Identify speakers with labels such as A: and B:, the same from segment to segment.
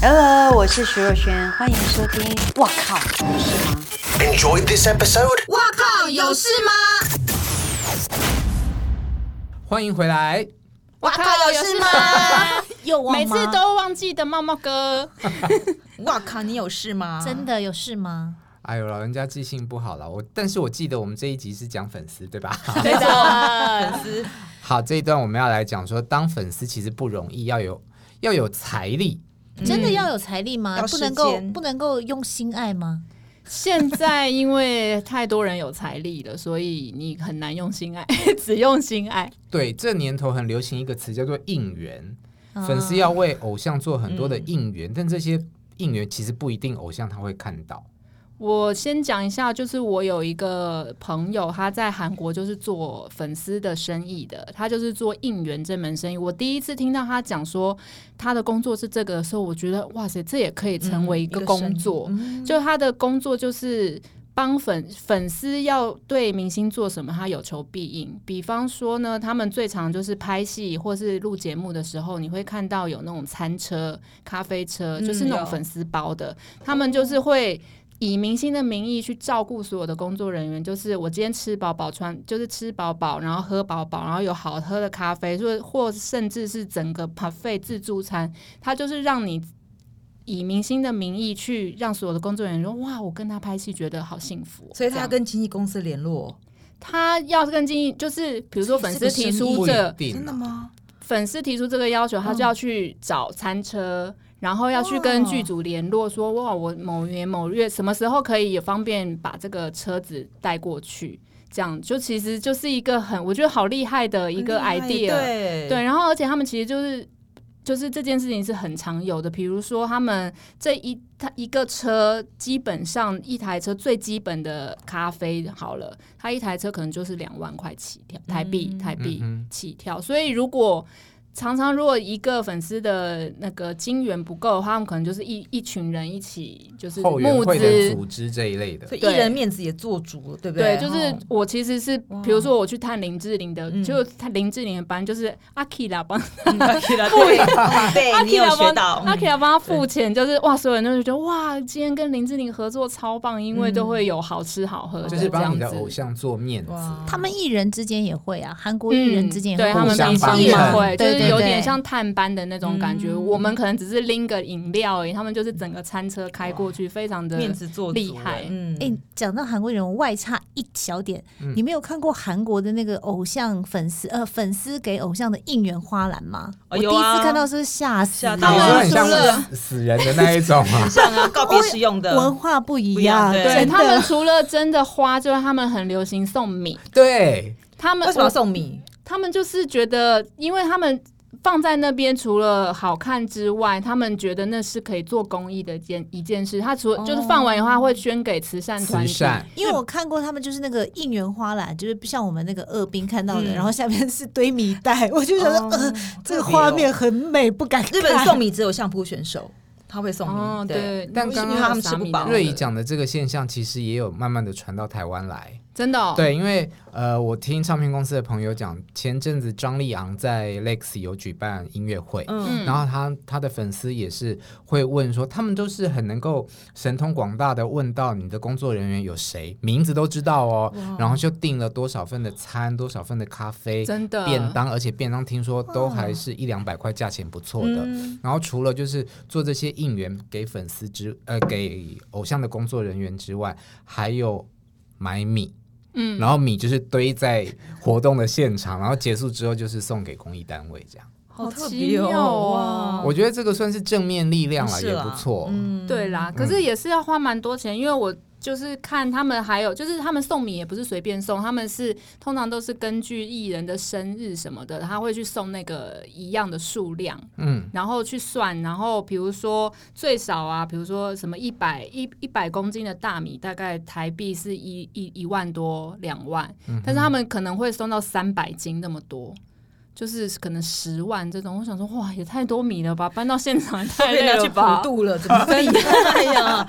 A: Hello，我是徐若瑄，欢迎收听。哇靠，有事吗？
B: Enjoyed this episode?
C: 哇靠，有事吗？
D: 欢迎回来，
C: 哇靠，有事吗？
E: 有
F: 每次都忘记的茂茂哥，
C: 哇靠，你有事吗？
E: 真的有事吗？
D: 哎呦，老人家记性不好了。我但是我记得我们这一集是讲粉丝， 对吧？
F: 没错，
C: 粉丝
D: 好，这一段我们要来讲说，当粉丝其实不容易，要有要有财力。
E: 真的要有财力
C: 嗯
E: 吗？
C: 要
E: 不
C: 时
E: 能够
C: 间嗯
E: 不能够用心爱吗？
F: 现在因为太多人有财力了，所以你很难用心爱， 只用心爱。
D: 对，这年头很流行一个词叫做应援，
C: 嗯
D: 粉丝要为偶像做很多的应援，但这些应援其实不一定偶像他会看到。
F: 我先讲一下，就是我有一个朋友，他在韩国就是做粉丝的生意的，他就是做应援这门生意。我第一次听到他讲说他的工作是这个的时候，我觉得哇塞，这也可
C: 嗯
F: 以成嗯为一个工作。嗯就他的工作就是帮粉粉丝要对明星做什么，他有求必应。比方说呢，他们最常就是拍戏或是录节目的时候，你会看到有那种餐车、咖啡车，就是那
C: 有
F: 种粉丝包的，他们就是会。以明星的名义去照顾所有的工作人员，就是我今天吃饱饱穿，就是吃饱饱，然后喝饱饱，然后有好喝的咖啡，或或甚至是整个 buffet 自助餐，它就是让你以明星的名义去让所有的工作人员说：“哇，我跟他拍戏觉得好幸福哦、
C: 所以他
F: 这
C: 要
F: 样
C: 跟经纪公司联络，
F: 他要跟经纪，就是比如说粉丝提
D: 不
F: 出
D: 一
F: 这
D: 定啊，
C: 吗？
F: 粉丝提出这个要求，他
C: 嗯
F: 就要去找餐
C: 哦
F: 车，然后要去跟剧组联络说，哇，我某年某月什么时候可以有方便把这个车子带过去。这样就其实就是一个很我觉得好厉害的一个
C: 很厉
F: idea，哦
C: 害对
F: 对，然后而且他们其实就是就是这件事情是很常有的，比如说他们这一他一个车基本上一台车最基本的咖啡好了，它一台车可能就是两万块起跳台币、台币
D: 嗯哼
F: 起跳，所以如果常常如果一个粉丝的那个金源不够的话，他们可能就是一一群人一起就是
D: 后援
F: 募
D: 会的
F: 资
D: 组织这一类的
C: 所，以艺
F: 对
C: 人面子也做足了，对不
F: 对，
C: 对，
F: 就是
C: 哦
F: 我其实是，比如说我去探林志玲的，就他林志玲的班，就是阿 K 啦帮
C: 对，对
F: 阿
C: 哎你
F: K
C: 有
F: 要
C: 学
F: 帮
C: 到，嗯
F: 阿 K 要帮他付钱，就是哇，所有人都会觉得哇，今天跟林志玲合作超棒，因为都会有好吃好喝的，
D: 就是
F: 这
D: 帮
F: 样
D: 你
F: 子
D: 的偶像做面子。
C: 哇
E: 他们艺人之间也会啊，韩国
C: 嗯
E: 艺人之间也
F: 嗯对
E: 会
F: 他
E: 互
F: 们
E: 相
F: 彼此
E: 帮
F: 也
E: 忙，
F: 会，就
E: 对
F: 是
E: 对
F: 有
E: 对
F: 点像探班的那种感觉。
C: 嗯
F: 我们可能只是拎个饮料而已，他们就是整个餐车开过去，非常的
C: 面子做足
F: 厉害
C: 了。嗯
E: 哎、讲到韩国艺人，我外差一小点，你没有看过韩国的那个偶像粉丝呃粉丝给偶像的应援花篮吗？
C: 哦
E: 我第一
C: 有啊
E: 次看到是吓死
C: 吓
E: 了，
C: 到
D: 你
C: 他
D: 说
C: 们
D: 很
C: 除了，
D: 像死死人的那一种 啊
C: 像啊，告别使用的，
E: 文化不一
C: 不一样对
F: 对
E: 真
F: 他们
E: 的。
F: 除了真的花，就是他们很流行送米，
D: 对，
F: 他们
C: 为什么要
F: 我
C: 送米？
F: 他们就是觉得，因为他们放在那边除了好看之外，他们觉得那是可以做公益的一件一件事。他除了、就是放完以后，
C: 哦
F: 他会捐给慈善团
D: 慈
F: 体。
D: 善。
E: 因为我看过他们就是那个应援花篮，就是像我们那个二兵看到
C: 嗯
E: 的，然后下面是堆米袋，我就想说，呃，这个画面很美，不敢看。
C: 哦日本送米只有相扑选手他会送
F: 哦，
C: 米，对，
F: 对，
D: 但
F: 因为
D: 刚刚
F: 因为
C: 他们吃不
F: 撒米
C: 饱
F: 的
D: 瑞怡讲的这个现象，其实也有慢慢的传到台湾来。
F: 真的、哦，
D: 对，因为呃，我听唱片公司的朋友讲，前阵子张立昂在 Lex 有举办音乐会，
C: 嗯
D: 然后他他的粉丝也是会问说，他们都是很能够神通广大的问到你的工作人员有谁，名字都知道哦，然后就订了多少份的餐，多少份的咖啡，
F: 真的
D: 便当，而且便当听说都还是一两百块，价钱不错的。然后除了就是做这些应援给粉丝之呃给偶像的工作人员之外，还有买米。嗯，然后米就是堆在活动的现场，然后结束之后就是送给公益单位这样。
C: 好特
F: 奇
C: 别
F: 妙
C: 哦
F: 哦，
D: 我觉得这个算是正面力量了，
C: 是啊
D: 也
C: 啦嗯
D: 不错。
F: 对啦，可是也是要花蛮多钱，因为我就是看他们还有就是他们送米也不是随便送，他们是通常都是根据艺人的生日什么的，他会去送那个一样的数量，
D: 嗯，
F: 然后去算，然后比如说最少啊，比如说什么一百一一百公斤的大米，大概台币是一一一万多两万，但是他们可能会送到三百斤那么多。就是可能十万这种，我想说，哇，也太多米了吧！搬到现场也太
C: 被
F: 累
C: 拿
F: 了
C: 去普
F: 吧，
C: 渡了，怎么 厉 害呀？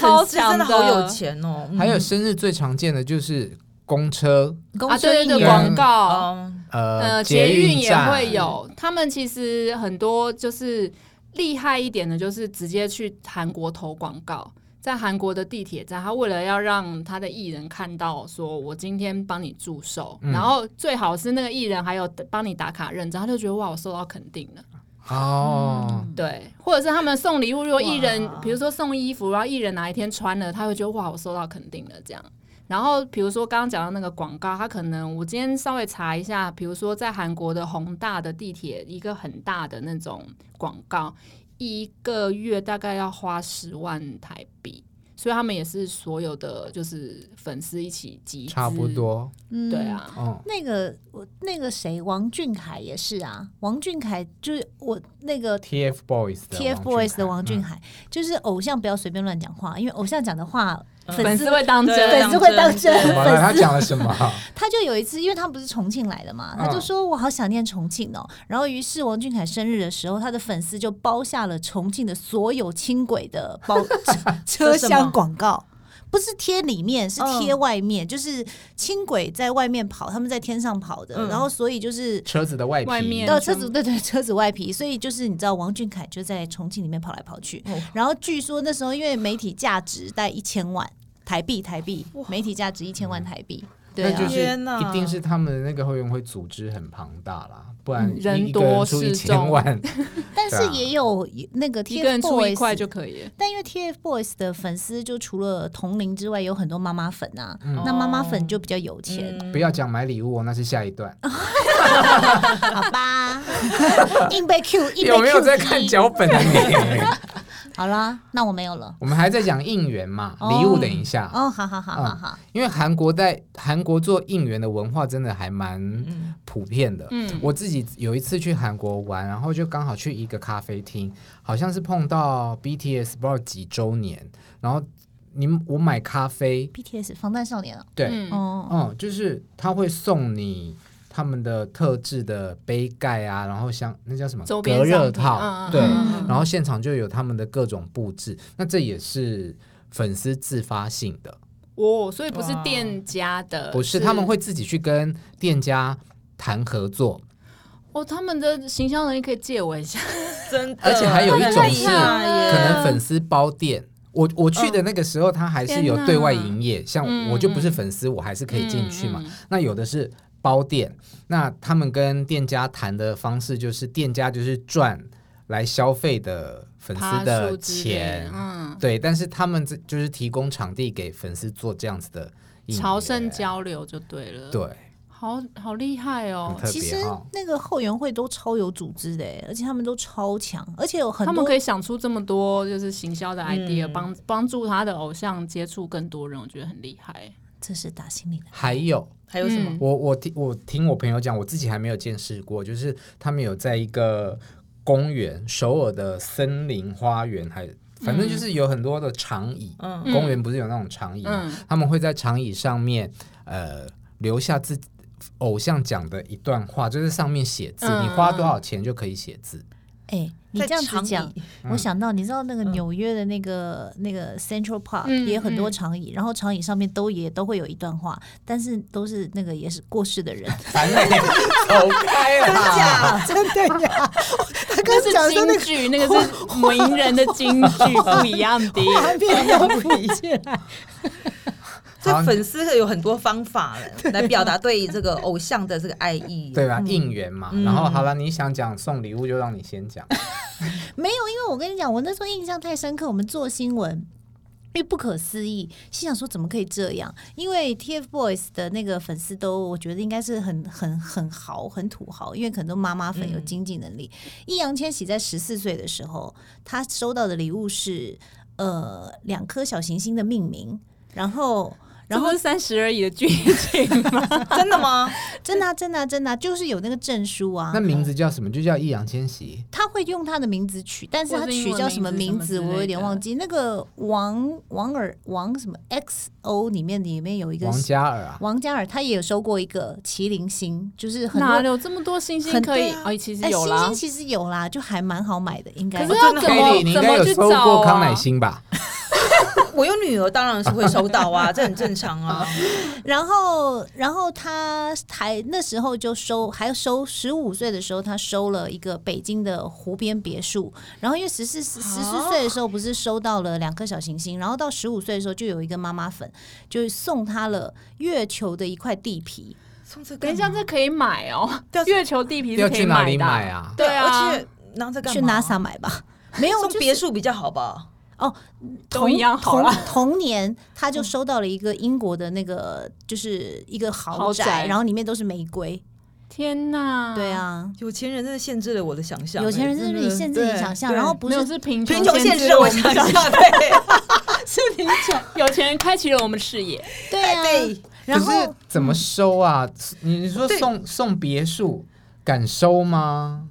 F: 超
C: 粉丝真
F: 强
C: 的
F: 的，
C: 好有钱哦，嗯
D: 还有生日最常见的就是公车，
E: 公
F: 啊！
E: 车
F: 对
E: 应
F: 对
E: 援
F: 对，广告，
C: 嗯
D: 呃，
F: 呃，捷运也
D: 站
F: 会。有。他们其实很多就是厉害一点的就是直接去韩国投广告，在韩国的地铁站，他为了要让他的艺人看到，说我今天帮你祝寿，然后最好是那个艺人还有帮你打卡认证，他就觉得哇，我受到肯定了。
D: 哦，
F: 对，或者是他们送礼物，如果艺人
C: 哇
F: 比如说送衣服，然后艺人哪一天穿了，他会觉得哇，我收到肯定了这样。然后比如说刚刚讲到那个广告，他可能我今天稍微查一下，比如说在韩国的宏大的地铁一个很大的那种广告，一个月大概要花十万台币。所以他们也是所有的就是粉丝一起集资，
D: 差不，多，
E: 嗯
F: 对。啊，
D: 嗯，
E: 那个我那个谁，王俊凯也是啊，王俊凯就是我那个
D: TFBOYS 的
E: TFBOYS 的王俊
D: 啊凯，嗯
E: 凯，就是偶像不要随便乱讲话，因为偶像讲的话，
C: 嗯
E: 粉
F: 粉
E: 丝
F: 丝会当真，啊
E: 粉丝会当真
D: 嗯怎么了？
E: 粉丝
D: 他讲了什么？
E: 他就有一次，因为他不是重庆来的嘛，
D: 嗯
E: 他就说我好想念重庆哦。然后于是王俊凯生日的时候，他的粉丝就包下了重庆的所有轻轨的 包车车厢广告。不是贴里面，是
F: 嗯
E: 贴外面，就是轻轨在外面跑，他们在天上跑的，
C: 嗯
E: 然后所以就是
D: 车子的外皮，
F: 外面嗯
E: 到呃车子对对车子外皮，所以就是你知道王俊凯就在重庆里面跑来跑去，
C: 哦
E: 然后据说那时候因为媒体价值在一千万台币台币，媒体价值一千
D: 嗯
E: 万台币，对
D: 那
E: 啊，
D: 就是
C: 天哪
D: 一定是他们的那个后援会组织很庞大啦，不然
F: 嗯
D: 一
F: 人
D: 一个人
F: 多
D: 出
F: 势
D: 一千万，对
E: 但是
D: 啊
E: 也有那个
F: 一个人出一块
E: TFBOYS，
F: 就可以了。
E: 但因为 TFBOYS 的粉丝就除了同龄之外，有很多妈妈粉啊，
D: 嗯
E: 那妈妈
F: 哦
E: 粉就比较有钱，
D: 不要讲买礼物哦，那是下一段。
F: 嗯
E: 好吧？硬被 Q，硬被 Q
D: 有哎没有在
E: 低
D: 看脚本啊你？
E: 好啦，那我没有了。
D: 我们还在讲应援嘛，
E: 哦
D: 礼物等一下，
E: 哦，好好好
D: 嗯
E: 好好，
D: 因为韩国在韩国做应援的文化真的还蛮普遍的。
F: 嗯
D: 我自己有一次去韩国玩，然后就刚好去一个咖啡厅，好像是碰到 BTS 不知道几周年，然后你我买咖啡，
E: BTS 防弹少年哦，
D: 对，
F: 嗯
E: 哦，
D: 嗯，就是他会送你他们的特制的杯盖啊，然后像那叫什么
F: 周边
D: 隔热
F: 商品
D: 套，
F: 嗯嗯
D: 对，
E: 嗯
D: 然后现场就有他们的各种布置，那这也是粉丝自发性的，
F: 哦，所以不是
C: 哇
F: 店家的，
D: 不是他们会自己去跟店家谈合作，
F: 哦，他们的形象能力可以借我一下，
C: 真的，
D: 而且还有一种嗯是
C: 太厉害耶
F: 嗯
D: 可能粉丝包店。我我去的那个时候，他还是有
F: 天哪
D: 对外营业，像
F: 嗯
D: 我就不是粉丝，我还是可以进去嘛
F: 嗯。嗯
D: 那有的是包店，那他们跟店家谈的方式就是店家就是赚来消费的嗯粉丝
F: 爬
D: 的
F: 树之类
D: 钱，
F: 嗯，
D: 对，但是他们这就是提供场地给粉丝做这样子的应援
F: 朝圣，交流就对了，，
D: 对，
F: 好好厉害
D: 很
F: 哦，
D: 特
E: 其
D: 别
E: 实
D: 哦。
E: 那个后援会都超有组织的欸耶，而且他们都超强，而且有很
F: 他们
E: 多
F: 可以想出这么多就是行销的 idea，
C: 嗯
F: 帮帮助他的偶像接触更多人，我觉得很厉害。嗯
E: 这是打心里的。
D: 还有，
C: 还有什
E: 嗯
C: 么？
D: 我我听我听我朋友讲，我自己还没有见识过，就是他们有在一个公园，首尔的森林花园还。反正就是有很多的长椅，
C: 嗯
D: 公园不是有那种长椅吗？
F: 嗯
D: 他们会在长椅上面，呃，留下自己偶像讲的一段话，就在上面写字，
F: 嗯
D: 你花多少钱就可以写字。
E: 哎，你
C: 在
E: 这样子
C: 长
E: 讲，
C: 椅
D: 嗯
E: 我想到，你知道那个纽约的那个、那个 Central Park
F: 嗯
E: 也有很多
F: 嗯
E: 长椅，然后长椅上面都也都会有一段话，但是都是那个也是过世的人，
D: 烦你， 走开啦！
E: 真的呀。他
F: 那是京剧，那个是名人的京剧不一样的。
E: 片要比起来，
C: 这
D: 好
C: 粉丝有很多方法来表达对这个偶像的这个爱意，
D: 对吧？应援嘛，然后好了，你想讲送礼物就让你先讲。
E: 没有，因为我跟你讲，我那时候印象太深刻，我们做新闻。因为不可思议，心想说怎么可以这样？因为 TFBOYS 的那个粉丝都，我觉得应该是很很很豪、很土豪，因为很多妈妈粉有经济能力。易烊千玺在十四岁的时候，他收到的礼物是呃两颗小行星的命名，然后然
F: 然
E: 后
F: 后三十而已的剧情嘛，
C: 真的吗？
E: 真的啊、真的啊、真的啊、就是有那个证书啊。
D: 那名字叫什么？就叫易烊千玺。
E: 他会用他的名字取，但是他取叫什么名
F: 或是
E: 字，
F: 英文名字
E: 我有点忘记。那个王王尔王什么 X O 里面里面有一个
D: 王嘉尔啊，
E: 王嘉尔，他也有收过一个麒麟星，就是很
F: 哪
E: 多
F: 有这么多星星
E: 很
F: 可以
E: 对？啊
F: 哎，其实
E: 哎
F: 有
E: 星
F: 啦
E: 星，其实有啦，就还蛮好买的，应该。
D: 哦哎
F: 可是要怎么啊
D: Kelly，你应该有
F: 怎么去
D: 收过
F: 找啊
D: 康乃馨吧？
C: 我有女儿，当然是会收到啊， 这很正常啊。
E: 然后，然后他还那时候就收，还收十五岁的时候，他收了一个北京的湖边别墅。然后因为十四
F: 啊
E: 十四岁的时候不是收到了两颗小行星，然后到十五岁的时候就有一个妈妈粉，就送他了月球的一块地皮。
C: 送这
F: 等一下，这可以买哦
C: 对啊，
F: 月球地皮
D: 要
F: 是可以
D: 去哪里
F: 的啊
D: 买？啊？
F: 对
C: 对
F: 啊
C: 而且拿着干嘛？
E: 去 NASA 买吧，没有
C: 送
E: 就是
C: 别墅比较好吧？
E: 哦，
F: 都
E: 同
F: 一样好嗯
E: 同
F: 啦
E: 同年，他就收到了一个英国的那个，就是一个豪
F: 豪宅嗯
E: 然后里面都是玫瑰。
F: 天哪！
E: 对，啊，
C: 有钱人真的限制了我的想象欸。
E: 有钱人真的是你限制你想象，
C: 对
E: 然后不
F: 没有
E: 是
F: 是贫
C: 贫
F: 穷
C: 穷限
F: 制
C: 制了我
F: 们
C: 想
F: 想象，
C: 象，对
F: 是贫穷， 有钱人开启了我们视野。
E: 对啊，
C: 对。
E: 然
D: 可
E: 后
D: 是怎么收啊？你你说
C: 对
D: 送送别墅，敢收吗？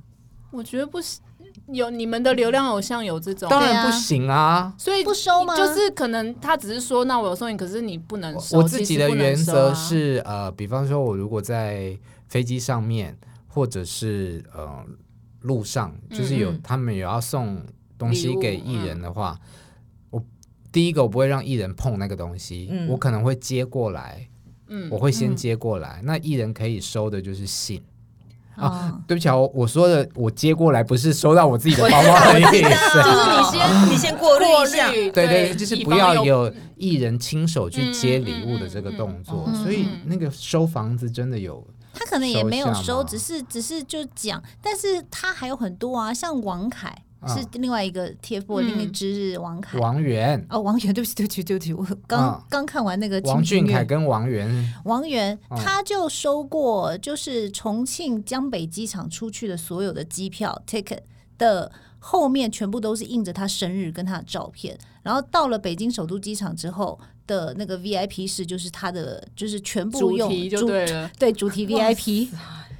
F: 我觉得不行，有你们的流量偶像有这种，
D: 当
E: 对
D: 然
E: 啊
D: 不行啊！
F: 所以
E: 不收吗
F: 就是可能他只是说，那我有送你，可是你不能收。
D: 我自己的
F: 其实不能
D: 原
F: 收啊
D: 则，是，呃，比方说，我如果在飞机上面，或者是呃路上，就是有、
F: 嗯嗯
D: 他们有要送东
F: 礼
D: 西
F: 物嗯
D: 给艺人的话，我第一个我不会让艺人碰那个东西，
C: 嗯
D: 我可能会接过来，
F: 嗯
D: 我会先接过来。那艺人可以收的就是信。
F: 哦
E: 啊，
D: 对不起啊，我我说的我接过来不是收到我自己的
C: 我知
D: 包
C: 道
D: 包的
C: 我
D: 意
C: 知
D: 思，
C: 道，就是你 先你先过滤
F: 过
C: 一下，
F: 滤，
D: 对对，
F: 对，
D: 就是
F: 以
D: 不
F: 防
D: 要
F: 有
D: 有艺人亲手去接礼物的这个动作，
E: 嗯嗯嗯嗯嗯嗯
D: 所以那个收房子真的有，
E: 他可能也没有
D: 收下
E: 收，
D: 吗
E: 只是只是就讲，但是他还有很多啊，像王凯
D: 啊
E: 是另外一个 TFBOYS
F: 嗯
E: 另一支是王凯。
D: 王源、
E: 哦，王源，对不起，对不起，对不起，我刚
D: 啊
E: 刚看完那个《
D: 王俊凯
E: 月。
D: 跟王源，
E: 王源，
D: 哦
E: 他就收过就是重庆江北机场出去的所有的机票 ticket 的后面全部都是印着他生日跟他的照片，然后到了北京首都机场之后的那个 VIP 室就是他的就是全部
F: 主
E: 用
F: 题就
E: 主
F: 对了。
E: 对主题 VIP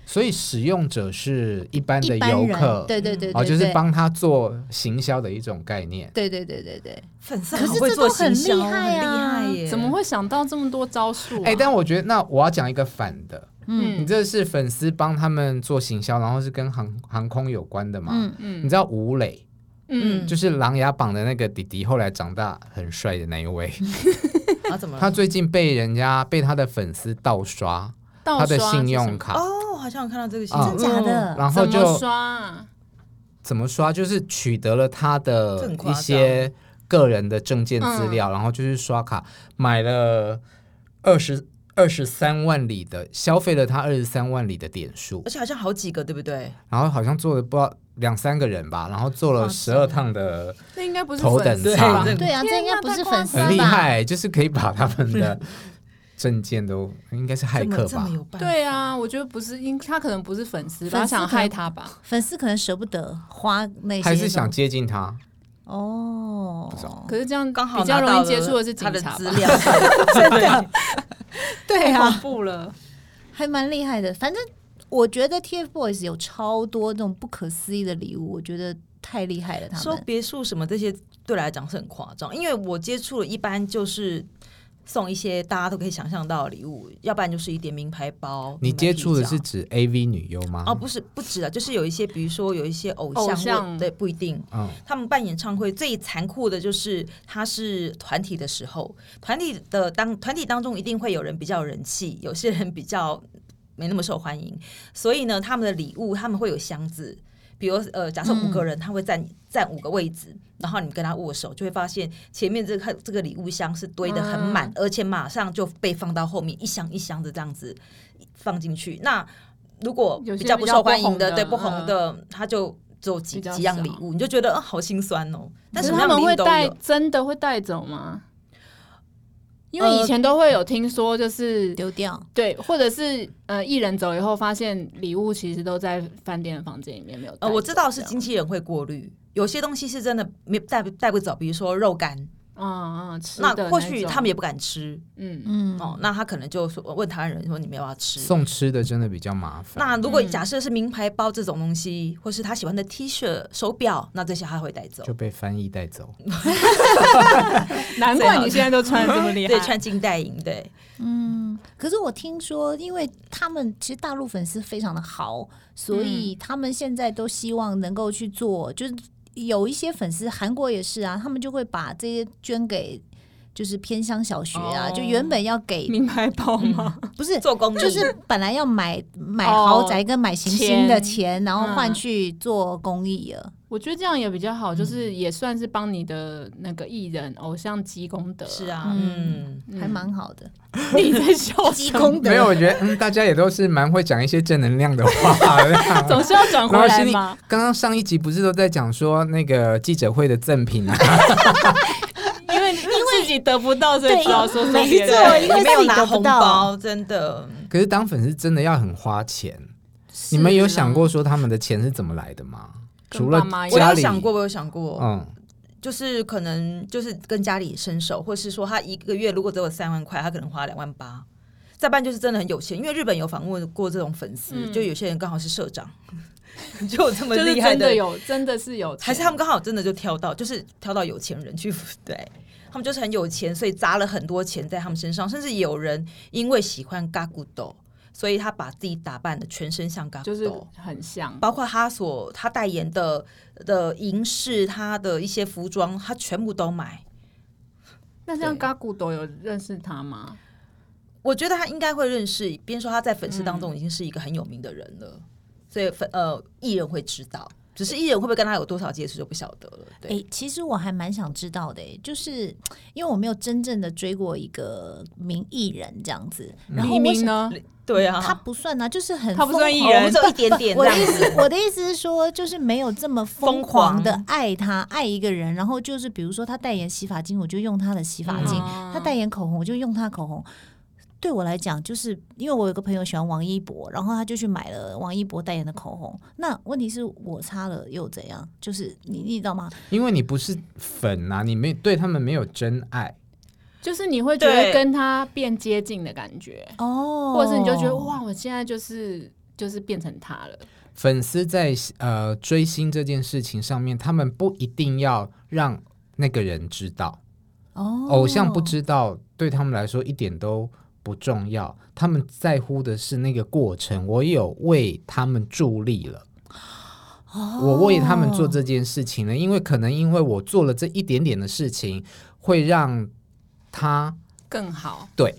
D: 所以使用者是一般的
E: 一般
D: 游
E: 人
D: 客，
E: 对对对对
D: 哦，就是
E: 对
D: 帮他做行销的一种概念。
E: 对对对对对，
C: 粉丝
E: 可
C: 好
E: 是
C: 会
E: 这
C: 做
E: 都很
C: 行销
E: 厉
C: 很
E: 害啊
C: 厉害耶！
F: 怎么会想到这么多招数啊？
D: 哎、但我觉得那我要讲一个反的，你
F: 嗯
D: 这是粉丝帮他们做行销，然后是跟航航空有关的嘛？
E: 嗯
D: 你
F: 嗯
D: 知道吴磊
F: 嗯，
D: 就是《琅琊榜》的那个弟弟，后来长大很帅的那一位，
C: 啊？怎么了
D: 他最近被人家被他的粉丝盗刷
F: 盗
D: 他的
F: 刷
D: 信
F: 是什
D: 用
F: 么
D: 卡，
C: 哦，好像有看到这个新
D: 啊
E: 真
C: 闻，
E: 假
C: 嗯？
E: 的？
D: 然后
F: 怎么
D: 就
F: 刷啊？
D: 怎么刷，就是取得了他
C: 这
D: 的
C: 很
D: 一
C: 夸张嗯
D: 些个人的证件资料，然后就是刷卡买了二十二十三万里的，消费了他二十三万里的点数
C: 而，且好像好几个，对不对？
D: 然后好像做了不知道两三个人吧，然后做了十二趟的，
F: 那应该不是
D: 头
F: 粉丝
D: 等
F: 吧
D: 舱？对
E: 对啊，这应该不是粉丝
F: 天哪
D: 很厉
E: 吧？
C: 啊
D: 害，就是可以把他们的 证件都应该是
C: 这
D: 骇
C: 么
D: 客
C: 这
D: 吧
C: 么。有办法？
F: 对啊，我觉得不是，因他可能不是粉丝吧，
E: 粉
F: 他
E: 丝
F: 想
E: 可能
F: 害他吧？
E: 粉丝可能舍不得花那些东西，
D: 还是想接近他，
E: 哦，
F: 可是这样
C: 刚好
F: 比较
C: 拿到
F: 容易
C: 了
F: 接触的是警
C: 他的
F: 察
C: 资
F: 吧？
C: 料，真的
E: 对
F: 太
E: 啊
F: 恐，怖了。
E: 还蛮厉害的。反正我觉得 TFBOYS 有超多那种不可思议的礼物，我觉得太厉害了。他
C: 说
E: 们
C: 别墅什么这些，对我来讲是很夸张，因为我接触的一般就是。送一些大家都可以想象到的礼物，要不然就是一点名牌包。
D: 你接触的
C: 名牌
D: 是
C: 皮
D: 指 AV 女优吗？
C: 夹哦，不是不止啊，就是有一些，比如说有一些偶
F: 偶
C: 像，
F: 像
C: 对，不一定。
D: 嗯，
C: 他们办演唱会最残酷的就是，他是团体的时候，团体的当团体当中一定会有人比较有人气，有些人比较没那么受欢迎，所以呢，他们的礼物他们会有箱子。比如，呃，假设五个人，
F: 嗯
C: 他会占占五个位置，然后你跟他握手，就会发现前面这个这个礼物箱是堆得很
F: 啊
C: 满，而且马上就被放到后面一箱一箱的这样子放进去。那如果
F: 有些
C: 比较不
F: 比较
C: 受
F: 不
C: 欢迎
F: 红
C: 的，
F: 的
C: 对不红
F: 嗯
C: 的，他就只有几
F: 比较
C: 几样礼
F: 少
C: 物，你就觉得啊，好心酸哦。但是
F: 可是他们会带
C: 带，
F: 真的会带走吗？因为
C: 呃
F: 以前都会有听说，就是、
E: 丢掉，
F: 对，或者是呃，艺人走以后发现礼物其实都在饭店的房间里面没有带走。啊
C: 呃，我知道是
F: 这样
C: 经纪人会过滤，有些东西是真的没带不带不走，比如说肉干，
F: 嗯嗯，吃
C: 那
F: 的
C: 或许
F: 种
C: 他们也不敢吃
F: 嗯
E: 嗯，
C: 哦，那他可能就说问台湾人说你们要不要吃。
D: 送吃的真的比较麻烦。
C: 那如果
F: 嗯
C: 假设是名牌包这种东西，或是他喜欢的 T 恤、手表，那这些他会带走
D: 就。被翻译带走。
F: 难
C: 最
F: 怪
C: 好
F: 你现在都穿的这么 厉害，
C: 对，穿金戴银，对，
E: 嗯可是我听说，因为他们其实大陆粉丝非常的好，所以
C: 嗯
E: 他们现在都希望能够去做，就是有一些粉丝，韩国也是啊，他们就会把这些捐给就是偏乡小学啊，
C: 哦
E: 就原本要给
F: 名牌包吗？
E: 不是
C: 做公益
E: 就是本来要买买
F: 哦
E: 豪宅跟买行星的
C: 哦
F: 钱
E: 钱，然后换
F: 嗯
E: 去做公益了。
F: 我觉得这样也比较好，就是也算是帮你的那个艺人偶像积功德。
C: 是，啊，
E: 嗯
C: 嗯，
E: 还蛮好的，
F: 你在笑
E: 积
F: 什么？
E: 功德
D: 没有，我觉得嗯，大家也都是蛮会讲一些正能量的话的。
F: 总是要转
D: 然
F: 回
D: 后
F: 来
D: 心里
F: 嘛。
D: 刚刚上一集不是都在讲说那个记者会的赠品啊？
F: 因为因为自己得不到，所以
E: 对
F: 只好说说
E: 没
F: 别
E: 错
F: 人。
E: 因为
C: 你嗯没有
E: 自己得
C: 拿
E: 不
C: 红
E: 到
C: 包，真的。
D: 可是当粉丝真的要很花钱，你们有想过说他们的钱是怎么来的吗？
F: 跟
D: 除了
F: 爸妈一
C: 我
F: 样
D: 家
C: 有
D: 里，
C: 想过，我有想过，
D: 嗯，
C: 就是可能就是跟家里伸手，或是说他一个月如果只有三万块，他可能花两万八。再办就是真的很有钱，因为日本有访问过这种粉丝，
F: 嗯
C: 就有些人刚好是社长， 就有这么
F: 就是
C: 厉害
F: 真
C: 的
F: 的，有，真的是有钱，
C: 还是他们刚好真的就挑到，就是挑到有钱人去， 对他们就是很有钱，所以砸了很多钱在他们身上，甚至有人因为喜欢嘎古斗，所以他把自己打扮的全身像嘎古斗，
F: 就是很像。
C: 包括他所他代言的呃的银饰，他的一些服装，他全部都买。
F: 那像
C: 对
F: 嘎古斗有认识他吗？
C: 我觉得他应该会认识，比如说他在粉丝当中已经是一个很有名的人了，所以粉呃艺人会知道，只是艺人会不会跟他有多少接触就不晓得了。对，
E: 诶，其实我还蛮想知道的、诶，就是因为我没有真正的追过一个名艺人这样子，然后
F: 黎
E: 我
F: 明
E: 想。
F: 呢？
C: 对啊，
E: 他不算啊，就是很
F: 他不算
E: 疯
F: 艺
E: 狂
F: 人
C: 我们只有一点点
E: 我
C: 这
E: 的
C: 样
E: 意
C: 子
E: 思，。 我的意思是说，就是没有这么疯
C: 疯
E: 狂
C: 狂
E: 的爱他，爱一个人，然后就是比如说他代言洗发精，我就用他的洗发精；
F: 嗯
E: 他代言口红，我就用他口红。对我来讲，就是因为我有个朋友喜欢王一博，然后他就去买了王一博代言的口红。那问题是我擦了又怎样？就是你你知道吗？
D: 因为你不是粉啊，你没对他们没有真爱。
F: 就是你会觉得
C: 对
F: 跟他变接近的感觉，
E: 哦，
F: 或者是你就觉得哇，我现在就是就是变成他了。
D: 粉丝在呃追星这件事情上面，他们不一定要让那个人知道，
E: 哦，
D: 偶像不知道对他们来说一点都不重要，他们在乎的是那个过程。我有为他们助力了。
E: 哦，
D: 我为他们做这件事情呢，因为可能因为我做了这一点点的事情，会让他
F: 更好，
D: 对，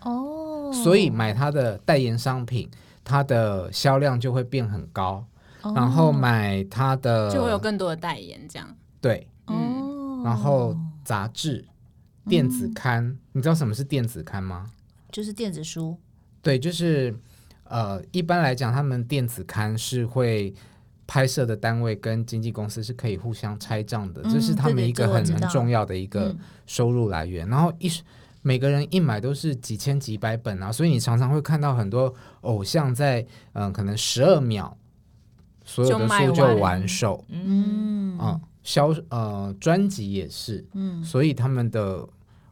E: 哦，
D: 所以买他的代言商品，他的销量就会变很高，
E: 哦
D: 然后买他的
F: 就会有更多的代言，这样。
D: 对，
F: 嗯，
E: 哦，嗯
D: 然后杂志、电子刊，你知道什么是电子刊吗？
E: 就是电子书，
D: 对，就是呃，一般来讲，他们电子刊是会。拍摄的单位跟经纪公司是可以互相拆账的，
E: 嗯
D: 这是他
E: 对
D: 们
E: 对
D: 一个
E: 这我
D: 很
E: 知
D: 很
E: 道嗯
D: 重要的一个收入来源。然后一每个人一买都是几千几百本啊，所以你常常会看到很多偶像在嗯、可能十二秒所有
F: 就
D: 的
F: 卖
D: 书就
F: 完
D: 完售，
E: 嗯
D: 嗯，销呃专辑也是，
E: 嗯，
D: 所以他们的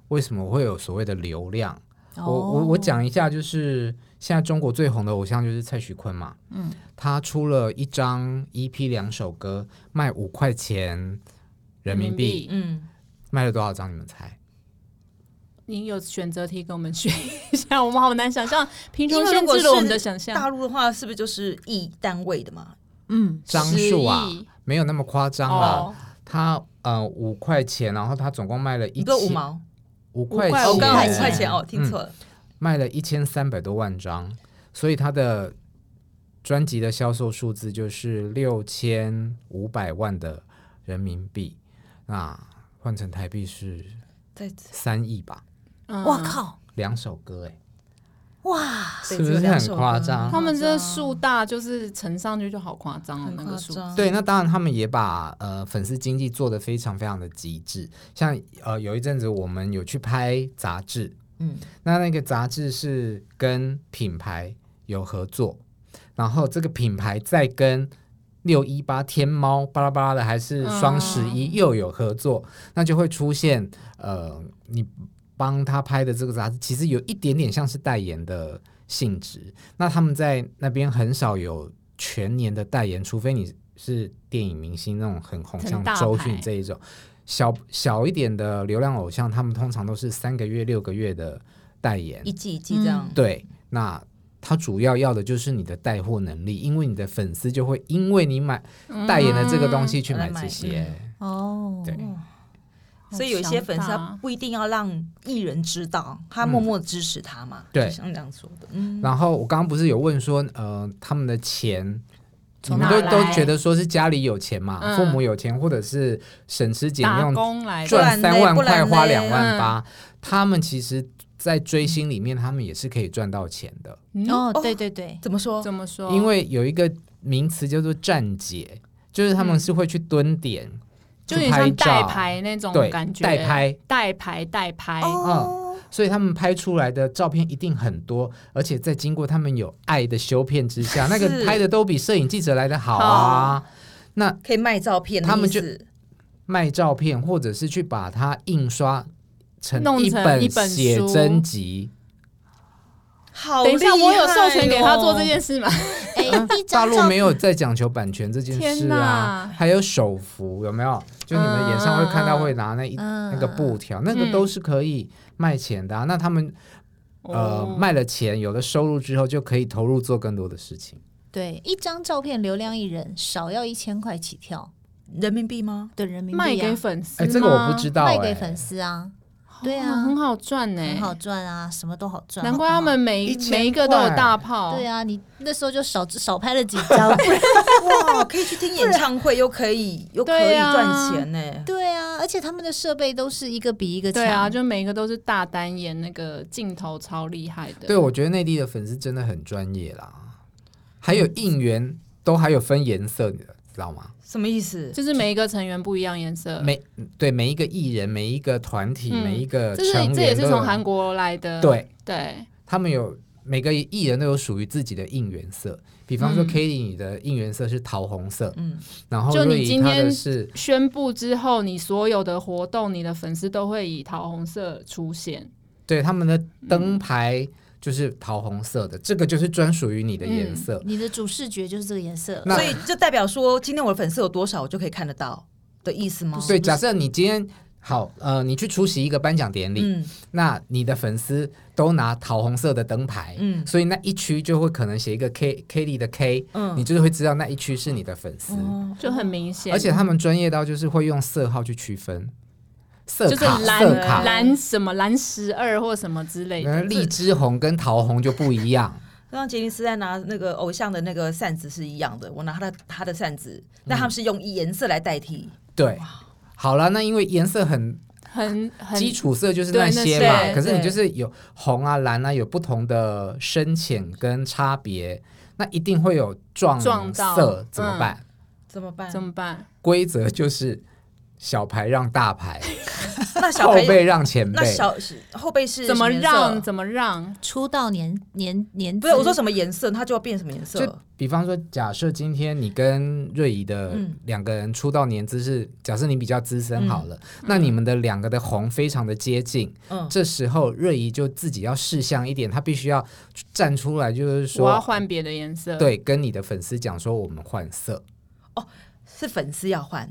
D: 为什么会有所谓的流量？
C: 哦
D: 我我我讲一下，就是现在中国最红的偶像就是蔡徐坤嘛，嗯，他出了一张 EP 两首歌，卖五块钱人民币，
C: 嗯，
D: 卖了多少张？你们猜？
F: 你有选择题给我们选一下，我们好难想象，
C: 因
F: 贫穷
C: 为如
F: 限
C: 果
F: 制
C: 是
F: 了我们的想象
C: 大。陆的话，是不是就是亿单位的嘛？
F: 哦
E: 嗯
D: 张数啊
F: 十亿，
D: 没有那么夸张啊啦。
F: 哦，
D: 他呃五块钱，然后他总共卖了一
C: 你说五
D: 千
C: 毛，
D: 五
C: 五
D: 块钱，
C: 哦，刚好五块
E: 钱
C: 钱哦，听错了。
D: 卖了一千三百多万张，所以他的专辑的销售数字就是六千五百万的人民币，那换成台币是
C: 再
D: 三亿吧，
F: 嗯
E: 哇！靠，
D: 两首歌哎、
E: 哇，
C: 对
D: 是不
C: 只有
D: 是
C: 两
D: 很
C: 首
D: 夸
C: 歌
D: 张？
F: 他们这树大就是乘上去就好夸张哦
C: 很，
F: 那
C: 夸
F: 个数字
C: 张，
D: 对，那当然，他们也把呃粉丝经济做得非常非常的极致。像呃有一阵子我们有去拍杂志，
C: 嗯，
D: 那那个杂志是跟品牌有合作，然后这个品牌再跟六一八天猫巴拉巴拉的还是双十
F: 嗯
D: 一又有合作，那就会出现呃你帮他拍的这个杂志，其实有一点点像是代言的性质。那他们在那边很少有全年的代言，除非你是电影明星那种很红，
F: 很
D: 像
F: 大
D: 周
F: 牌
D: 迅这一种。小小一点的流量偶像，他们通常都是三个月、六个月的代言
C: 一，季一季这样。
D: 对，那他主要要的就是你的带货能力，因为你的粉丝就会嗯
F: 嗯
D: 因为你买代言的这个东西去
C: 来买
D: 买
F: 嗯
D: 这些。
E: 哦，
D: 对，
C: 所以有一些粉丝
F: 好想
C: 他
F: 法
C: 不一定要让艺人知道，他默默支持他嘛，
D: 对
C: 就像这样说的，嗯，
D: 然后我刚刚不是有问说，呃，他们的钱，你
F: 从
D: 们
F: 哪
D: 都都
F: 来
D: 觉得说是家里有钱嘛，
F: 嗯
D: 父母有钱，或者是省吃俭
F: 打
D: 用
F: 工来的
C: 赚
D: 赚三
C: 嘞
D: 万
C: 不
D: 块，
C: 然
D: 花
C: 嘞
D: 两万
F: 嗯
D: 八，他们其实，在追星里面，他们也是可以赚到钱的，
F: 嗯
E: 哦，对 对对，
C: 怎么说？
F: 怎么说？
D: 因为有一个名词叫做站姐，就是他们是会去蹲点，
F: 嗯就
D: 去
F: 有点
D: 拍
F: 像代
D: 照
F: 拍那种
D: 对
F: 感觉，
D: 代拍
F: 代拍代拍，
D: 嗯，所以他们拍出来的照片一定很多，而且在经过他们有爱的修片之下，那个
C: 是
D: 拍的都比摄影记者来的好啊。那
C: 可以卖照片的意思，
D: 他们就卖照片，或者是去把它印刷成
F: 弄成一本
D: 本
F: 书
D: 写真集，
C: 好、
F: 等一下，我有授权给他做这。件事吗？
E: 哎，
F: 嗯
E: 一
D: 大
E: 张
D: 陆
E: 照
D: 没有在讲求版权这件
F: 天
D: 事啊
F: 哪，
D: 还有手幅有没有？就你们演唱会看到会拿那一、
E: 嗯嗯嗯
D: 那个布条，那个
F: 嗯
D: 都是可以卖钱的、啊。那他们呃、
F: 哦
D: 卖了钱，有了收入之后，就可以投入做更多的事情。
E: 对一张照片流量一人少要一千块起跳
C: 人民币吗？
E: 的人民币、啊，
F: 卖给粉丝
D: 哎、
F: 吗？
D: 这个我不知道、哎，
E: 卖给粉丝啊，对
F: 哇
E: 啊，
F: 很好赚呢，
E: 很好赚啊，什么都好赚，
F: 难怪他们哦每
D: 一
F: 一
D: 千
F: 每一个都有
D: 块
F: 大炮。
E: 对啊，你那时候就少少拍了几 张，不然
C: 哇，啊可以去听演唱会，又可以又可以
F: 对啊
C: 赚钱呢、
E: 对啊，而且他们的设备都是一个比一个强，
F: 对啊，就每一个都是大单眼，那个镜头超厉害的。
D: 对，我觉得内地的粉丝真的很专业啦，还有应援都还有分颜色的，知道吗？
C: 什么意思？
F: 就是每一个成员不一样颜色，
D: 每对每一个艺人、每一个团体、
F: 嗯
D: 每一个
F: 这
D: 成
F: 是
D: 员
F: 这也是
D: 都有
F: 从韩国来的。
D: 对
F: 对，
D: 他们有每个艺人都有属于自己的应援色，比方说
F: 嗯
D: k a t i e 的应援色是桃红色，
C: 嗯，
D: 然后
F: 就你
D: 瑞怡
F: 今
D: 她的
F: 天
D: 是
F: 宣布之后，你所有的活动，你的粉丝都会以桃红色出现。
D: 对他们的灯牌就是桃红色的，这个就是专属于你的颜色。
F: 嗯
E: 你的主视觉就是这个颜色，
D: 那
C: 所以就代表说，今天我的粉丝有多少，我就可以看得到的意思
F: 嗯
C: 吗？
D: 对，假设你今天好，呃，你去出席一个颁奖典礼，
C: 嗯，
D: 那你的粉丝都拿桃红色的灯牌，
C: 嗯
D: 所以那一区就会可能写一个 K K D 的 K，、
C: 嗯
D: 你就是会知道那一区是你的粉丝，
F: 就很明显，
D: 而且他们专业到就是会用色号去区分，色
F: 就是
D: 卡
F: 蓝
D: 色卡，嗯
F: 蓝什么蓝十二或什么之类
D: 然后
F: 的，
D: 荔枝红跟桃红就不一样，
C: 就像杰尼斯在拿那个偶像的那个扇子是一样的，我拿他的他的扇子，那他们是用颜色来代替。
F: 嗯
D: 对。好了，那因为颜色很
F: 很很
D: 基础色就是
F: 对
D: 那
F: 那
D: 些
F: 些
D: 嘛，
C: 对
D: 可是你
C: 对
D: 就是有红啊、蓝啊，有不同的深浅跟差别，那一定会有撞
F: 撞到
D: 色，怎么
F: 嗯
D: 办？
C: 怎么办？
F: 怎么办？
D: 规则就是小牌让大 牌，
C: 那小
D: 后
C: 朋友
D: 辈让前
C: 那
D: 辈。
C: 小是后背是
F: 怎么
C: 什颜色
F: 让？怎么让？
E: 出道年年年
C: 不
E: 资，
C: 是我说什么颜色，它就要变什么颜
D: 就
C: 色。
D: 比方说，假设今天你跟瑞怡的
C: 嗯
D: 两个人出道年资是，假设你比较资深好了，
F: 嗯
D: 那你们的两个的红非常的接近，
C: 嗯，
D: 这时候瑞怡就自己要事项一点，她必须要站出来，就是
F: 我要
D: 说，
F: 换别的颜色。，
D: 对，跟你的粉丝讲说我们换色，
C: 是粉丝要换。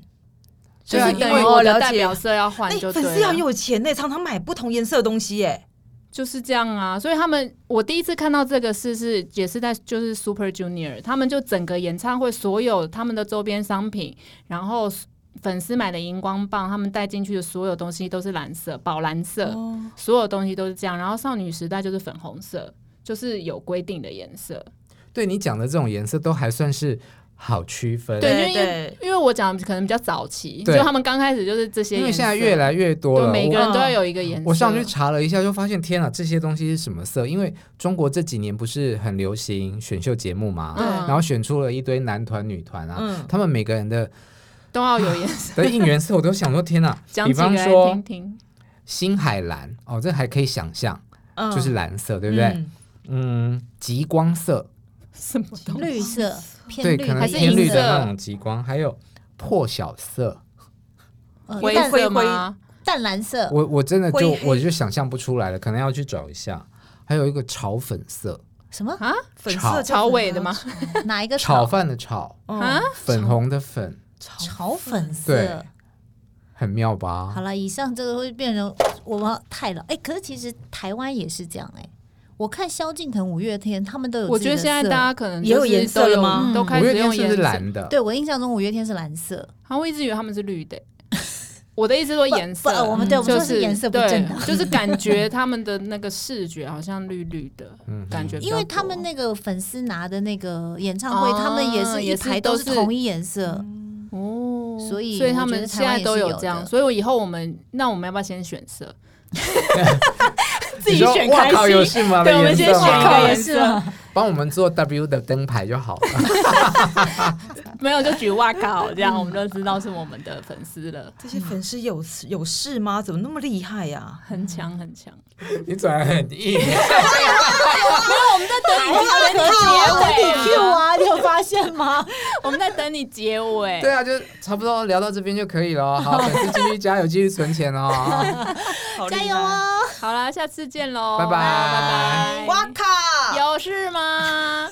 F: 就
D: 对啊
F: 是
D: 因
F: 等
D: 为
F: 于
C: 我
F: 我的
C: 了
F: 代
C: 解
F: 表色要换，
C: 那
F: 就
C: 粉丝
F: 对
C: 要
F: 了
C: 很有钱呢，常常买不同颜色的东西耶。
F: 就是这样啊，所以他们我第一次看到这个事是也是在就是 Super Junior，他们就整个演唱会所有他们的周边商品，然后粉丝买的荧光棒，他们带进去的所有东西都是蓝色，宝蓝色，所有东西都是这样。然后少女时代就是粉红色，就是有规定的颜色。
D: 对你讲的这种颜色都还算是好区分，
F: 对，
C: 对
F: 因为
C: 对
F: 因为我讲的可能比较早期，就
D: 对
F: 他们刚开始就是这些
D: 因
F: 颜色，
D: 为现在越来越多
F: 对
D: 了，
F: 每
D: 我
F: 个人都要有一个颜色。
D: 我上去查了一下，就发现天啊，这些东西是什么色？因为中国这几年不是很流行选秀节目嘛，
F: 嗯
D: 然后选出了一堆男团、女团啊，
C: 嗯
D: 他们每个人的
F: 都要有颜色，
D: 的应援色，我都想说天啊，
F: 讲
D: 比
F: 几个
D: 方
F: 来
D: 说
F: 听听。
D: 星海蓝哦，这还可以想象，
C: 嗯，
D: 就是蓝色，对不对？
C: 嗯
D: 嗯，极光色，
F: 什么东西？
E: 绿色偏
D: 对，
E: 绿
D: 可能
F: 还是
D: 偏绿
F: 银
D: 的
F: 色
D: 那种极光，还有破晓色，
E: 呃
F: 灰
E: 淡
F: 色吗？
E: 淡蓝色，
D: 我我真的就
C: 灰黑
D: 我就想象不出来了，可能要去找一下。还有一个炒粉色，
E: 什么
F: 啊，
C: 粉色
D: 炒
C: 叫
F: 朝伟的
C: 粉
F: 吗？
E: 哪一个
D: 炒饭的炒，
F: 啊
C: 嗯，，
D: 粉红的粉，
E: 炒粉
D: 对
E: 色？
D: 很妙吧？
E: 好了，以上这个会变成我们太老哎、可是其实台湾也是这样哎、我看萧敬腾、五月天他们都有
F: 我
E: 自
F: 觉
E: 己
F: 得
E: 的
F: 现在
E: 色
F: 大家可能
C: 也有
F: 就是
C: 颜色
F: 都
C: 了
F: 有
C: 吗
E: 嗯
F: 都
D: 五
F: 开
D: 月
F: 始
D: 天
F: 用
D: 是不
F: 颜
D: 是
F: 色。
D: 蓝的？
E: 对我印象中五月天是蓝色，
F: 啊，我一直以为他们是绿的，我的意思说
E: 不
F: 颜色
E: 不
F: 啦，
E: 我们对我们说
F: 就是
E: 颜色不正当
F: 对，就是感觉他们的那个视觉好像绿绿 的
D: 嗯
F: 感觉比较
E: 因
F: 多，
E: 为他们那个粉丝拿的那个演唱会，
F: 哦
E: 他们也是一
F: 也是
E: 排
F: 都
E: 是
F: 是
E: 同一颜色，
F: 哦，
E: 所以
F: 所以
E: 我
F: 他
E: 觉
F: 们
E: 得台
F: 现
E: 湾
F: 在
E: 也
F: 都
E: 是
F: 有
E: 有
F: 这样，
E: 的
F: 所以我以后我们那我们要不要先选色？
C: 自己
D: 你说
C: 选
D: 哇
C: 开
D: 靠，有
C: 心。
D: 是吗？
C: 对，我
D: 的
C: 们
D: 颜
C: 先
D: 色
C: 选一
D: 吗
C: 个
E: 也
C: 颜
E: 是
C: 色，
D: 帮我们做 W 的灯牌就好 了。
F: 没有就举哇靠，这样我们就知道是我们的粉丝了，
C: 这些粉丝有有事吗？怎么那么厉害呀、
F: 很强很强。
D: 你转得很硬，
F: 等你等你结尾
E: Q
F: 啊，
E: 啊，你有发现吗？
F: 我们在等你结尾。
D: 对啊，就差不多聊到这边就可以了哦。 好，粉丝继续加油，继续存钱哦。
C: 好厉
E: 加
C: 害
E: 油！哦！
F: 好啦，下次见喽，
D: 拜拜
F: 拜拜。
C: 哇靠！
F: 有事吗？